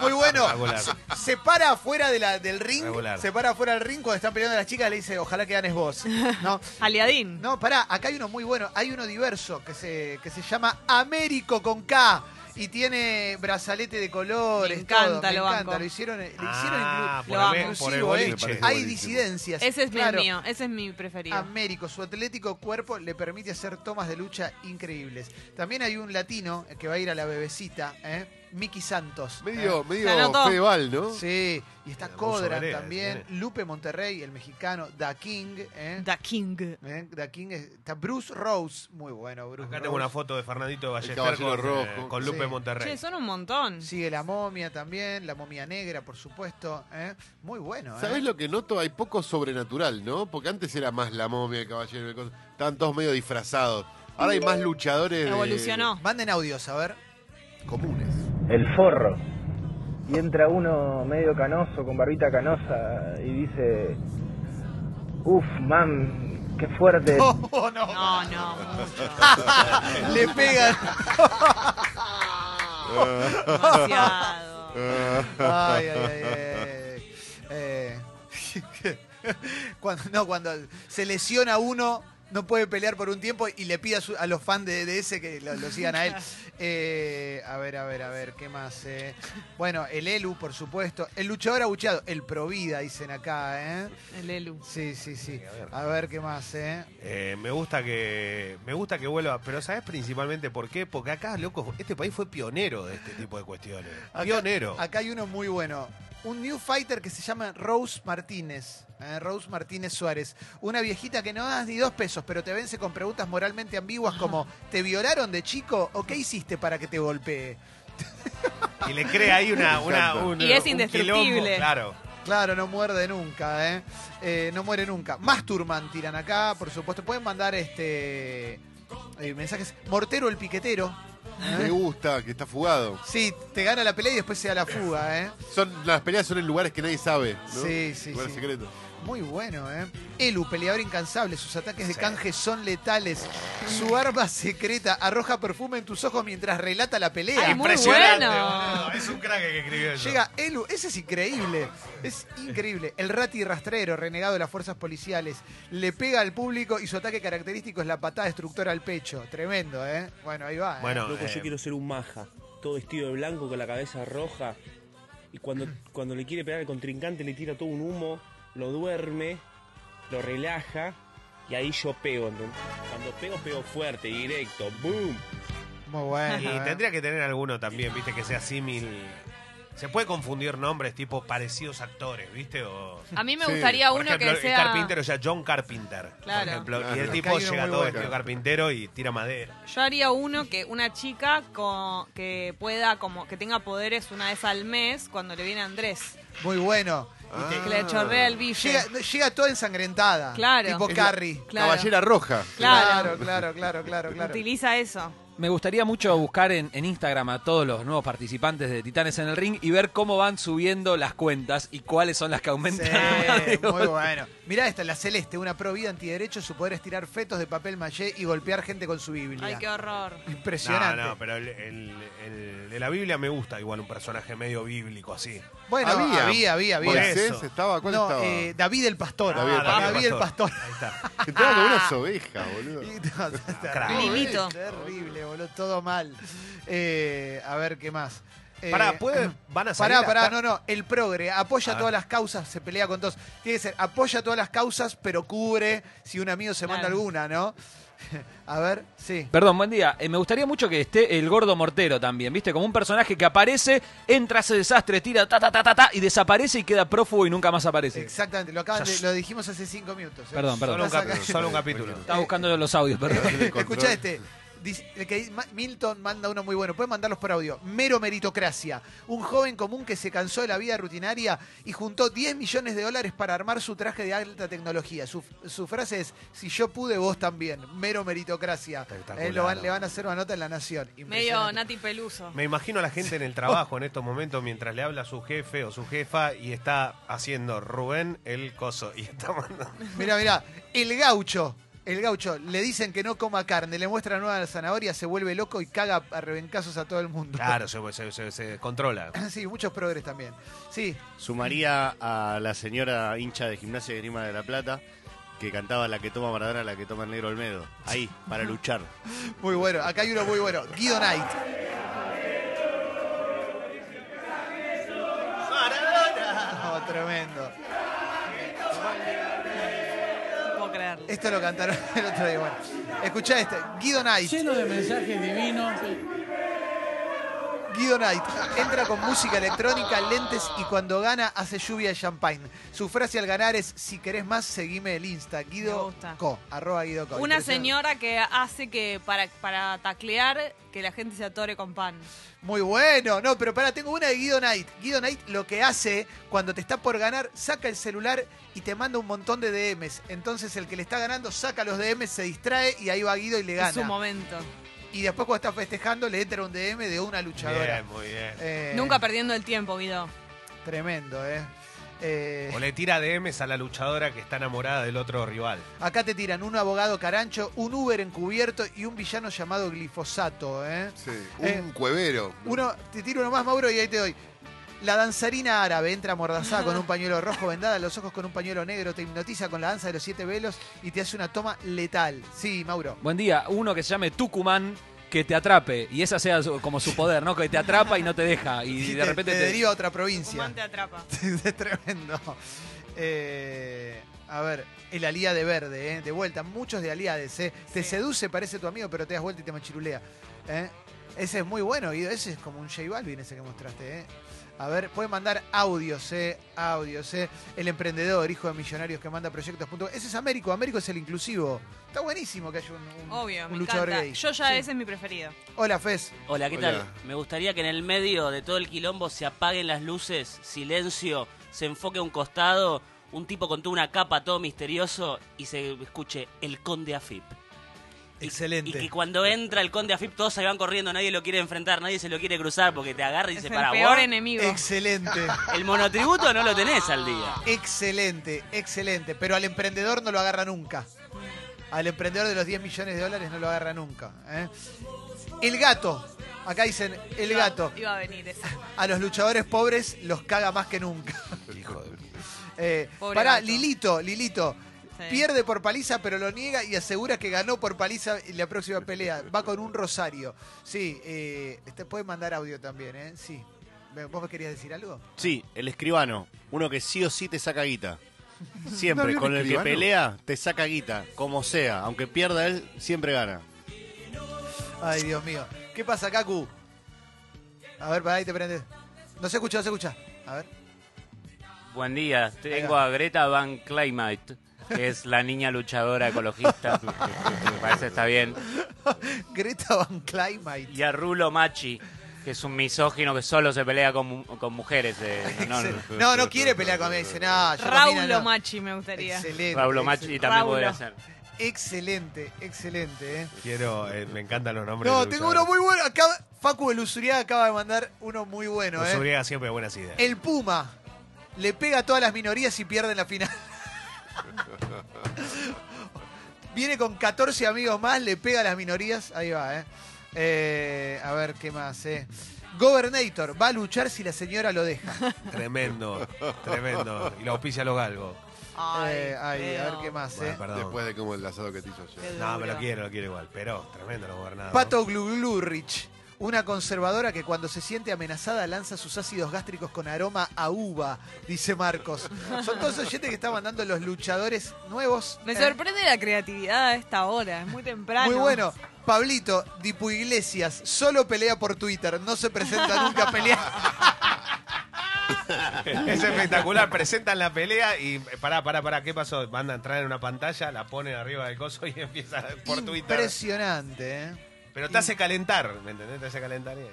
Muy bueno.
ah, Regular.
Se, se para afuera de la, del ring.
Regular.
Se para afuera del ring cuando están peleando las chicas. Le dice, ojalá que ganes vos. No,
Aliadín.
no pará. Acá hay uno muy bueno. Hay uno diverso que se, que se llama Américo con K. Y tiene brazalete de colores.
Me encanta,
todo. Me
lo
encanta.
banco.
Lo hicieron, le hicieron
Ah,
inclu-
por,
Lo
el-
amo.
por
inclusivo,
el
¿eh?
boliche.
Me parece
Hay
buenísimo.
disidencias.
Ese es mi-
claro.
el mío, ese es mi preferido.
Américo, su atlético cuerpo le permite hacer tomas de lucha increíbles. También hay un latino que va a ir a la bebecita, ¿eh? Miki Santos.
Medio,
Se
medio
anotó.
Fedeval, ¿no?
¿eh? Sí, y está
Hermoso
Codran
Varela,
también, Lupe Monterrey, el mexicano, Da King, ¿eh?
The King.
¿Eh? Da King es- está Bruce Rose, muy bueno Bruce
Acá
Rose.
tengo una foto de Fernandito de Ballester
Caballero
con, eh,
Rojo.
con Lupe
Sí.
Monterrey.
Che, son un montón.
Sigue la momia también, la momia negra, por supuesto, ¿eh? Muy bueno, ¿eh?
¿Sabés lo que noto? Hay poco sobrenatural, ¿no? Porque antes era más la momia, el caballero. el coso. Estaban todos medio disfrazados. Ahora hay más luchadores. de-
Evolucionó.
Manden audios, a ver.
comunes.
el forro. Y entra uno medio canoso, con barbita canosa, y dice, uff, man, qué fuerte.
Oh, no.
No, no, mucho.
Le pegan.
Demasiado.
Ay, ay, ay, ay, ay. Eh, cuando, no, cuando se lesiona uno, no puede pelear por un tiempo y le pide a, su- a los fans de, de ese que lo, lo sigan a él. Eh, a ver, a ver, a ver, ¿qué más? eh? Bueno, el Elu, por supuesto. El luchador abucheado, el Provida, dicen acá, ¿eh?
El Elu.
Sí, sí, sí. A ver, ¿qué más, eh?
Eh, me gusta que me gusta que vuelva, pero ¿sabes principalmente por qué? Porque acá, loco, este país fue pionero de este tipo de cuestiones.
Acá-
pionero.
Acá hay uno muy bueno. Un new fighter que se llama Rose Martínez. eh, Rose Martínez Suárez. Una viejita que no das ni dos pesos, pero te vence con preguntas moralmente ambiguas como ¿te violaron de chico o qué hiciste para que te golpee?
Y le crea ahí una,
Me
una
encanta.
un-
Y es
un
indestructible.
quilombo, claro.
Claro, no muerde nunca, ¿eh? Eh, no muere nunca. Masturman tiran acá, por supuesto. Pueden mandar este eh, mensajes. Mortero el piquetero. ¿Eh?
Me gusta, que está fugado.
Sí, te gana la pelea y después se da la fuga, ¿eh?
Son, las peleas son en lugares que nadie sabe, ¿no?
Sí, sí,
Lugares
sí.
secretos.
Muy bueno, ¿eh? Elu, peleador incansable. Sus ataques de
Sí.
canje son letales. Su arma secreta arroja perfume en tus ojos mientras relata la pelea.
Ay, muy
Impresionante,
bueno.
boludo. Es un crack el que escribió eso.
Llega Elu, ese es increíble, es increíble. El rati rastrero, renegado de las fuerzas policiales, le pega al público y su ataque característico es la patada destructora al pecho. Tremendo, ¿eh? Bueno, ahí va. ¿eh?
Bueno,
Loco,
eh,
yo quiero ser un maja, todo vestido de blanco con la cabeza roja. Y cuando, cuando le quiere pegar al contrincante, le tira todo un humo, lo duerme, lo relaja. Y ahí yo pego, ¿entendés? Cuando pego, pego fuerte, directo, ¡boom!
muy bueno.
Y
¿eh?
tendría que tener alguno también, viste, que sea símil. Se puede confundir nombres tipo parecidos actores, viste, o.
A mí me
Sí,
gustaría
Por
uno
ejemplo,
que
el
sea.
carpintero, o sea, John Carpenter.
Claro.
Por ejemplo,
Claro.
y el
Acá
hay
tipo
uno
llega
muy
todo
bueno.
vestido carpintero y tira madera.
Yo haría uno que una chica co- que pueda como que tenga poderes una vez al mes cuando le viene Andrés
Muy bueno.
Ah.
que le chorrea el bife.
Llega, llega toda ensangrentada.
Claro.
Tipo
Es
Carrie.
Claro.
Caballera Roja.
claro,
Claro.
claro, claro, claro. claro.
Utiliza eso.
Me gustaría mucho buscar en, en Instagram a todos los nuevos participantes de Titanes en el Ring y ver cómo van subiendo las cuentas y cuáles son las que aumentan.
Sí, muy bueno. Mirá esta, la celeste, una pro vida antiderecho, su poder es tirar fetos de papel maché y golpear gente con su Biblia.
Ay, qué horror.
Impresionante.
No, no, pero el, el- el de la Biblia me gusta igual un personaje medio bíblico así.
Bueno, había, había, había. había.
Moisés
Eso.
estaba, ¿cuál
No,
estaba? Ah,
eh, David el Pastor.
David el Pastor.
David el ah, Pastor.
Ah, Ahí está.
Estaba con unas ovejas, boludo.
Y no, está
crack.
terrible,
Mimito.
Terrible, boludo, todo mal. Eh, a ver qué más. Eh,
Pará, ¿puede- van a salir
Pará, pará, no,
hasta-
no. El progre apoya
A ver.
todas las causas, se pelea con todos. Tiene que ser, apoya todas las causas, pero cubre si un amigo se manda
Claro.
alguna, ¿no? A ver, sí.
Perdón, buen día. Eh, me gustaría mucho que esté el gordo mortero también, ¿viste? Como un personaje que aparece, entra, hace desastre, tira, ta, ta, ta, ta, ta, y desaparece y queda prófugo y nunca más aparece.
Exactamente, lo, acaban
Ya
de-
sé.
lo dijimos hace cinco minutos. ¿eh?
Perdón, perdón.
Solo un,
Estás
cap-
acá-
solo un capítulo.
Estaba buscando los audios, perdón.
Escucha este. Dice- el que- Ma- Milton manda uno muy bueno. Pueden mandarlos por audio. Mero meritocracia. Un joven común que se cansó de la vida rutinaria y juntó 10 millones de dólares para armar su traje de alta tecnología. Su, su frase es: Si yo pude, vos también. Mero meritocracia.
Espectacular.
Eh, lo van- le van a hacer una nota en La Nación.
Medio
Impresionante.
Nati Peluso.
Me imagino a la gente en el trabajo en estos momentos mientras le habla a su jefe o su jefa y está haciendo Rubén el coso y está mandando.
Mira, mira, el gaucho. El gaucho, le dicen que no coma carne, le muestra nueva zanahoria, se vuelve loco y caga a rebencazos a todo el mundo.
Claro, se, se- se- se controla.
Sí, muchos progres también. Sí,
Sumaría a la señora hincha de Gimnasia de Grima de la Plata que cantaba la que toma Maradona, la que toma el negro Olmedo. Ahí, para luchar.
muy bueno. Acá hay uno muy bueno. Guido Knight. No, Oh, tremendo.
No puedo creerlo.
Esto lo cantaron el otro día. Bueno, escuchá este. Guido Knight. Lleno de mensajes divinos. Guido Knight entra con música electrónica, lentes y cuando gana hace lluvia de champagne. Su frase al ganar es: si querés más, seguime el Insta.
Me
Guido
gusta.
Co. Arroba Guido Co.
Una
Impresionante.
señora que hace que para, para taclear que la gente se atore con pan.
Muy bueno. No, pero pará, tengo una de Guido Knight. Guido Knight lo que hace cuando te está por ganar, saca el celular y te manda un montón de DMs. Entonces el que le está ganando saca los DMs, se distrae y ahí va Guido y le
Es su
gana.
momento.
Y después cuando está festejando le entra un DM de una luchadora.
Bien, muy bien.
Eh,
Nunca perdiendo el tiempo, Guido.
Tremendo, ¿eh? Eh,
O le tira DMs a la luchadora que está enamorada del otro rival.
acá te tiran un abogado carancho, un Uber encubierto y un villano llamado glifosato, ¿eh?
Sí,
Eh,
un cuevero.
Uno, te tiro uno más, Mauro, y ahí te doy. La danzarina árabe entra amordazada con un pañuelo rojo, vendada los ojos con un pañuelo negro, te hipnotiza con la danza de los siete velos y te hace una toma letal. Sí, Mauro.
Buen día, uno que se llame Tucumán que te atrape y esa sea su- como su poder, ¿no? Que te atrapa y no te deja y de
te-
repente
te,
te
deriva a otra
Guzmán
provincia.
te atrapa.
es tremendo. Eh, a ver, el alía de verde, ¿eh? de vuelta, muchos de aliades. ¿eh? Te
Sí.
seduce, parece tu amigo, pero te das vuelta y te machirulea. ¿eh? Ese es muy bueno, Guido. Ese es como un J Balvin ese que mostraste. ¿eh? A ver, pueden mandar audios, ¿eh? audios. ¿eh? El emprendedor, hijo de millonarios que manda proyectos. punto- Ese es Américo, Américo es el inclusivo. Está buenísimo que haya un, un-
Obvio,
un
me
luchador
encanta.
gay.
Yo ya
Sí.
ese es mi preferido.
Hola, Fez.
Hola, ¿qué
Hola.
tal? Me gustaría que en el medio de todo el quilombo se apaguen las luces, silencio, se enfoque a un costado, un tipo con toda una capa todo misterioso y se escuche el conde Afip. Y-
Excelente.
Y que cuando entra el conde Afip todos se van corriendo, nadie lo quiere enfrentar, nadie se lo quiere cruzar porque te agarra y
Es
dice
el
para
peor
vos.
enemigo.
Excelente.
El monotributo no lo tenés al día.
Excelente, excelente. Pero al emprendedor no lo agarra nunca. Al emprendedor de los 10 millones de dólares no lo agarra nunca. ¿eh? El gato. Acá dicen el
Iba-
gato.
Iba a venir esa.
A los luchadores pobres los caga más que nunca. Eh,
Pobre
pará,
gato.
Lilito, Lilito.
Sí.
Pierde por paliza, pero lo niega y asegura que ganó por paliza en la próxima pelea. Va con un rosario. Sí, eh, te puede mandar audio también, ¿eh? Sí. ¿Vos querías decir algo?
Sí, el escribano. Uno que sí o sí te saca guita.
¿No
Siempre,
había un
con el que
escribano?
pelea, te saca guita. Como sea. Aunque pierda él, siempre gana.
Ay, Dios mío. ¿Qué pasa, Kaku? A ver, para ahí te prendes. No se escucha, no se escucha. A ver.
Buen día,
Tengo
a Greta Van Claymite, que es la niña luchadora ecologista. Me parece está bien.
Greta Van Kleinmite.
Y a Rulo Machi, que es un misógino que solo se pelea con, mu- con mujeres. eh, no, no.
No, no quiere pelear conmigo. Dice, no, yo con mina
Raulo
no.
Machi me gustaría.
Excelente.
Raulo Machi
excelente.
también
Raulo.
podría ser.
Excelente, excelente, ¿eh?
Quiero, eh, me encantan los nombres.
No,
de
tengo uno
luchadores.
muy bueno. Acá, Facu de Usuriaga acaba de mandar uno muy bueno,
Los
¿eh?
Uriaga siempre buenas ideas.
El Puma le pega a todas las minorías y pierde en la final. Viene con 14 amigos más, le pega a las minorías. Ahí va, ¿eh? Eh, a ver qué más, ¿eh? Gobernator va a luchar si la señora lo deja.
Tremendo, tremendo. Y la auspicia a los galgos.
Ay, ay, Eh, a ver qué más,
Bueno,
¿eh?
perdón.
Después de como el asado que te hizo ayer.
No, me lo quiero, lo quiero igual. Pero tremendo los gobernados.
Pato Glulurich, una conservadora que cuando se siente amenazada lanza sus ácidos gástricos con aroma a uva, dice Marcos. Son todos oyentes que están mandando los luchadores nuevos.
Me
Eh,
sorprende la creatividad a esta hora, es muy temprano.
Muy bueno. Pablito, Dipu Iglesias, solo pelea por Twitter, no se presenta nunca a pelear.
Es espectacular. Presentan la pelea y eh, pará, pará, pará. ¿Qué pasó? Mandan, traen una pantalla, la ponen arriba del coso y empieza por Twitter.
Impresionante, ¿eh?
Pero te hace calentar, ¿me entendés? Te hace calentar. y-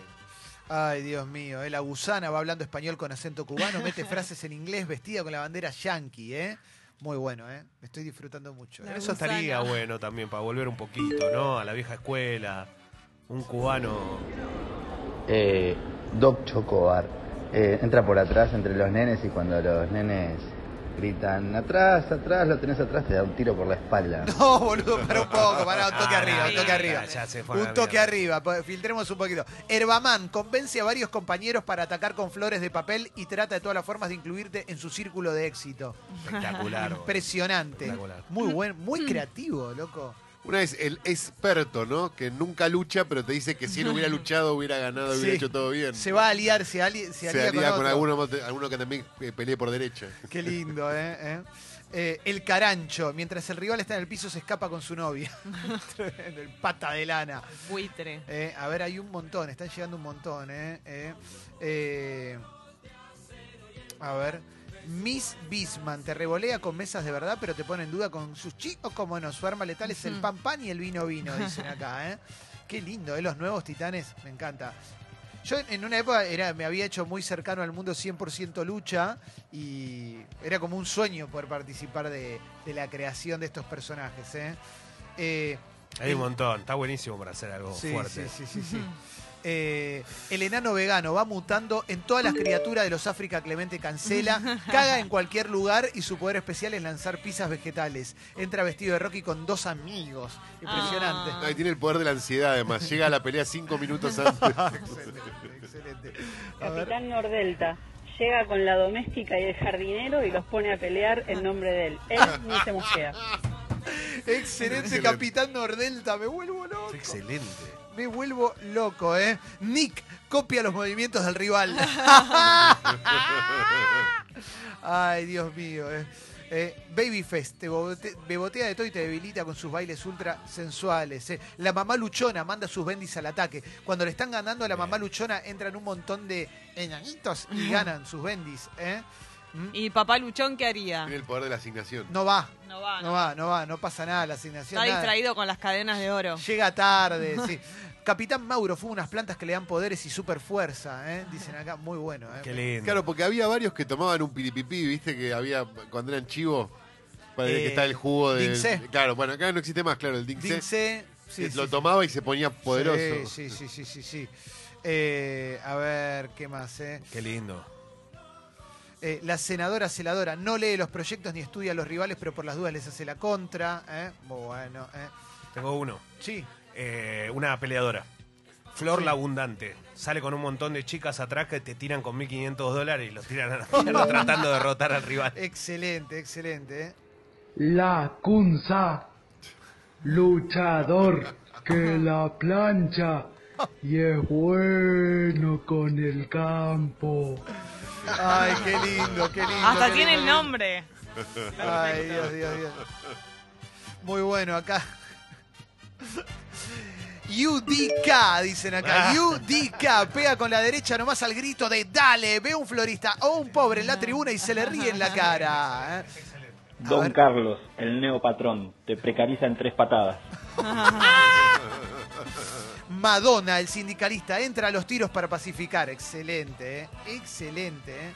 Ay, Dios mío, eh, la gusana va hablando español con acento cubano, mete frases en inglés vestida con la bandera yankee, ¿eh? Muy bueno, ¿eh? Me estoy disfrutando mucho. ¿eh?
Eso estaría bueno también, para volver un poquito, ¿no? A la vieja escuela. Un cubano.
Eh, Doc Chocobar eh, entra por atrás entre los nenes y cuando los nenes gritan atrás, atrás, lo tenés atrás, te da un tiro por la espalda.
No, boludo, para un poco, para un toque
Ah,
arriba, un
no,
toque
ya,
arriba.
ya se fue a la
Un toque arriba, po- filtremos un poquito. Herbaman convence a varios compañeros para atacar con flores de papel y trata de todas las formas de incluirte en su círculo de éxito.
Espectacular, boludo.
Impresionante.
Espectacular.
Muy buen, muy creativo, loco.
Una es el experto, ¿no? Que nunca lucha, pero te dice que si él hubiera luchado, hubiera ganado, hubiera
Sí.
hecho todo bien.
Se va a aliar, se, ali- se
Se
alía,
alía con,
otro.
alguno, más de- alguno que también eh, pelee por derecha.
Qué lindo, ¿eh? ¿Eh? Eh, el carancho, mientras el rival está en el piso, se escapa con su novia. Tremendo, el pata de lana.
Buitre.
Eh, a ver, hay un montón, están llegando un montón, ¿eh? Eh, eh, a ver. Miss Bisman te revolea con mesas de verdad, pero te pone en duda con sus chicos como no. Su arma letal es el
Ujú.
pan pan y el vino vino, dicen acá, ¿eh? Qué lindo, ¿eh? Los nuevos titanes, me encanta. Yo en- en una época era, me había hecho muy cercano al mundo 100% lucha y era como un sueño poder participar de, de la creación de estos personajes, ¿eh? Eh,
Hay un montón. Está buenísimo para hacer algo
Sí,
Oh, fuerte.
sí, sí, sí, sí. Eh, el enano vegano va mutando en todas las criaturas de los África Clemente Cancela, caga en cualquier lugar y su poder especial es lanzar pizzas vegetales. Entra vestido de Rocky con dos amigos. Impresionante.
Ah.
Ahí tiene el poder de la ansiedad, además. Llega a la pelea cinco minutos antes.
Excelente, excelente. A ver.
Capitán Nordelta llega con la doméstica y el jardinero y los pone a pelear en nombre de él. Él ni se mosquea.
Excelente,
Excelente.
capitán Nordelta, me vuelvo loco.
Excelente.
Me vuelvo loco, ¿eh? Nick copia los movimientos del rival. Ay, Dios mío, eh. Eh, Babyface te bote- bebotea de todo y te debilita con sus bailes ultra sensuales. eh. La mamá luchona manda sus bendis al ataque. Cuando le están ganando a la mamá luchona entran un montón de enanitos y ganan sus bendis. eh.
¿Y papá Luchón qué haría?
Tiene el poder de la asignación.
No va,
No va,
no
no.
va, no va, no pasa nada la asignación.
Está
nada.
distraído con las cadenas de oro.
Llega tarde, sí. Capitán Mauro fue unas plantas que le dan poderes y super fuerza, ¿eh? dicen acá, muy bueno. ¿eh?
Qué lindo.
Claro, porque había varios que tomaban un piripipí, viste, que había cuando eran chivos. Para
Eh,
que está el jugo de.
Dinxé.
Claro, bueno, acá no existe más, claro, el Dinxé.
Dinxé, sí,
que
sí,
lo
sí.
tomaba y se ponía poderoso.
Sí, sí, sí, sí, sí. sí. Eh, a ver, ¿qué más? eh?
Qué lindo.
Eh, la senadora celadora no lee los proyectos ni estudia a los rivales, pero por las dudas les hace la contra. ¿eh? Muy Bueno, ¿eh?
Tengo uno.
sí.
Eh, una peleadora. Flor
Sí.
la abundante. Sale con un montón de chicas atrás que te tiran con 1.500 dólares y los tiran a la mierda tratando de derrotar al rival.
Excelente, excelente. ¿eh?
La Kunza, luchador que la plancha y es bueno con el campo.
Ay, qué lindo, qué lindo.
Hasta
qué lindo, qué
tiene el
lindo.
nombre.
Ay, Dios, Dios, Dios. Muy bueno acá. UDK, dicen acá.
Ah.
UDK, pega con la derecha nomás al grito de dale, ve un florista o un pobre en la tribuna y se le ríe en la cara. ¿eh?
Don Carlos, el neopatrón, te precariza en tres patadas.
Madonna, el sindicalista, entra a los tiros para pacificar. Excelente, ¿eh? excelente. ¿eh?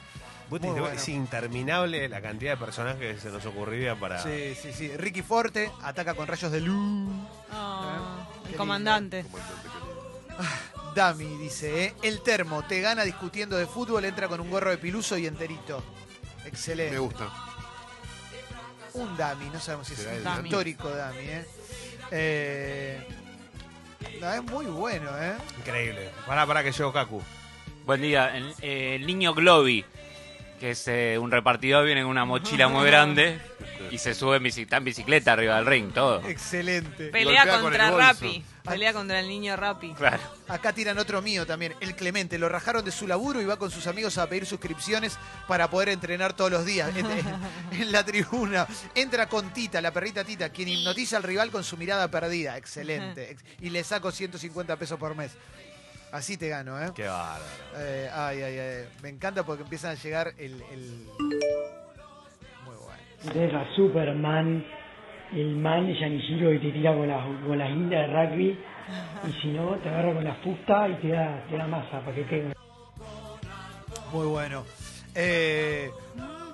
Vos te
Muy
diste-
bueno.
Es interminable la cantidad de personajes que se nos ocurría para.
Sí, sí, sí. Ricky Forte ataca con rayos de luz.
Ah,
Qué
el
lindo.
comandante.
Dami dice, ¿eh? el termo te gana discutiendo de fútbol, entra con un gorro de piluso y enterito. Excelente.
Me gusta.
Un Dami, no sabemos si es
Será
un
el Dami.
histórico Dami, ¿eh? Eh, no, es muy bueno, ¿eh?
Increíble. Pará, pará que llego Kaku.
Buen día. El, eh, el niño Globy, que es eh, un repartidor, viene con una mochila muy grande y se sube en bici- está en bicicleta arriba del ring, todo.
Excelente.
Pelea contra Rappi. Pelea contra el niño Rappi.
Claro.
Acá tiran otro mío también, el Clemente. Lo rajaron de su laburo y va con sus amigos a pedir suscripciones para poder entrenar todos los días en, en- en la tribuna. Entra con Tita, la perrita Tita, quien hipnotiza al rival con su mirada perdida. Excelente. Ex- Y le saco 150 pesos por mes. Así te gano, ¿eh?
Qué bárbaro.
Eh, ay, ay, ay. Me encanta porque empiezan a llegar el... el-
Deja Superman, el man Yanishiro que te tira con las con las indias de rugby y si no te agarra con la fusta y te da, te da masa para que pegue.
Muy bueno. Eh,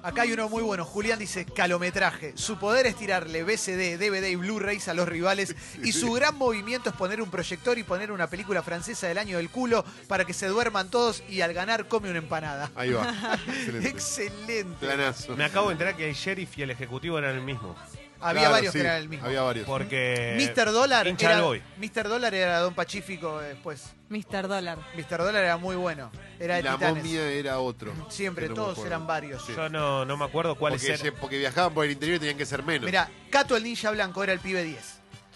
acá hay uno muy bueno. Julián dice calometraje. Su poder es tirarle BCD, DVD y Blu-rays a los rivales. Y su gran movimiento es poner un proyector y poner una película francesa del año del culo para que se duerman todos y al ganar come una empanada.
Ahí va.
Excelente.
Excelente. Planazo.
Me acabo de enterar que el sheriff y el ejecutivo eran el mismo.
Había Claro, varios que sí, eran el mismo. había
varios.
Porque.
Mr. Dólar
Eh, Hincha
era,
del Boy.
Mr. Dólar era Don Pacífico eh, después.
Mr. Dólar.
Mr. Dólar era muy bueno. Era de
Y la
Titanes.
momia era otro.
Siempre,
Que no me
todos
acuerdo.
eran varios.
Yo no, no me acuerdo cuál
Porque,
es
se- porque viajaban por el interior y tenían que ser menos.
Mirá, Cato el Ninja Blanco era el pibe 10.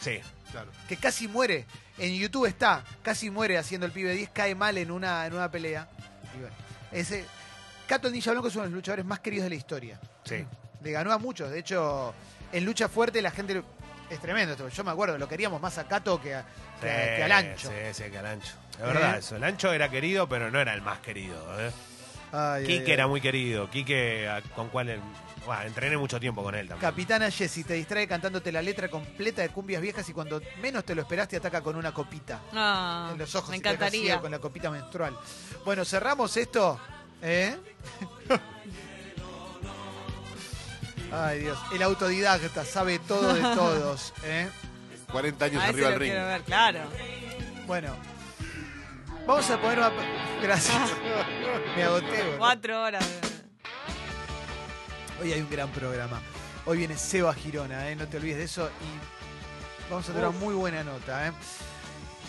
Sí.
Claro.
que casi muere. En YouTube está, casi muere haciendo el pibe 10, cae mal en una, en una pelea. Y bueno, ese, Cato el Ninja Blanco es uno de los luchadores más queridos de la historia.
Sí.
Le ganó a muchos. De hecho, en lucha fuerte la gente. Es tremendo esto. Yo me acuerdo, lo queríamos más a Cato que, a, que, a- que al ancho.
Sí, sí, que al ancho. Es
¿Eh?
verdad, eso. El ancho era querido, pero no era el más querido. ¿eh?
Ay,
Quique
ay, ay.
era muy querido. Quique, a- con cual. em, Bueno, entrené mucho tiempo con él también.
Capitana Jessie te distrae cantándote la letra completa de cumbias viejas y cuando menos te lo esperaste ataca con una copita.
Ah,
en los ojos.
me
y te deja
encantaría.
ciego Con la copita menstrual. Bueno, cerramos esto. ¿Eh? Ay, Dios. El autodidacta sabe todo de todos. ¿eh?
40 años
A ese
arriba
lo
del ring.
quiero ver, claro.
Bueno. Vamos a poner una... Gracias. Me agoté. boludo.
Cuatro horas.
Hoy hay un gran programa. Hoy viene Seba Girona, ¿eh? no te olvides de eso. Y vamos a tener una muy buena nota. ¿eh?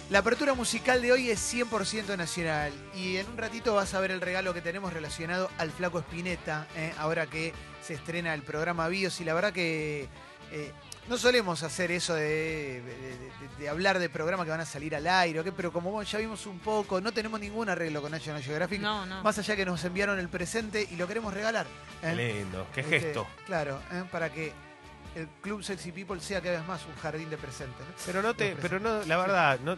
La apertura musical de hoy es 100% nacional. Y en un ratito vas a ver el regalo que tenemos relacionado al Flaco Espineta. ¿eh? Ahora que se estrena el programa Bios. Y la verdad que eh, no solemos hacer eso de, de- de- de hablar de programas que van a salir al aire. ¿ok? Pero como ya vimos un poco, no tenemos ningún arreglo con National Geographic.
No, no.
Más allá que nos enviaron el presente y lo queremos regalar. ¿eh?
Qué lindo. Qué
Este,
gesto.
Claro, ¿eh? para que el Club Sexy People sea cada vez más un jardín de presentes. ¿no?
Pero no te.
Los
Pero
presentes.
no, la verdad, no,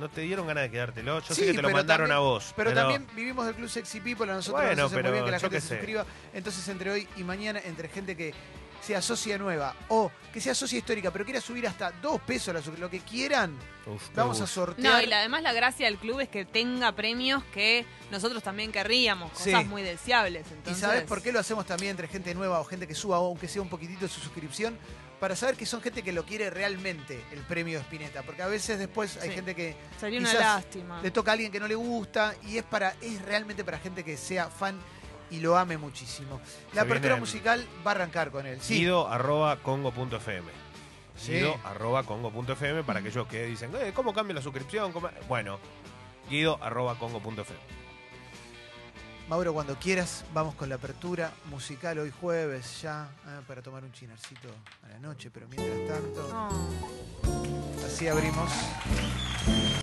no te dieron ganas de quedártelo. Yo sé
Sí,
que te lo
pero
mandaron
también-
a vos.
Pero, también vivimos del Club Sexy People, a nosotros
Bueno,
nos hace muy
pero
bien que la
yo
gente
qué
se
sé.
suscriba. Entonces, entre hoy y mañana, entre gente que sea socia nueva o que sea socia histórica, pero quiera subir hasta dos pesos la su- lo que quieran,
Uf, qué
vamos a
gusto.
sortear.
No, y la- además la gracia del club es que tenga premios que nosotros también querríamos, cosas
Sí.
muy deseables.
¿Y
Entonces,
sabes por qué lo hacemos también entre gente nueva o gente que suba, aunque sea un poquitito su suscripción? Para saber que son gente que lo quiere realmente el premio Spinetta. Porque a veces después hay
Sí.
gente que.
Sería una
quizás
lástima.
Le toca a alguien que no le gusta y es, para, es realmente para gente que sea fan y lo ame muchísimo. La
Se
apertura
vienen-
musical va a arrancar con él. Sí.
Guido arroba congo.fm.
Sí.
Guido arroba congo.fm para aquellos que dicen, "Eh, ¿cómo cambia la suscripción? ¿Cómo-?" Bueno, guido arroba congo.fm.
Mauro, cuando quieras, vamos con la apertura musical hoy jueves ya ah, para tomar un chinarcito a la noche. Pero mientras tanto, así abrimos.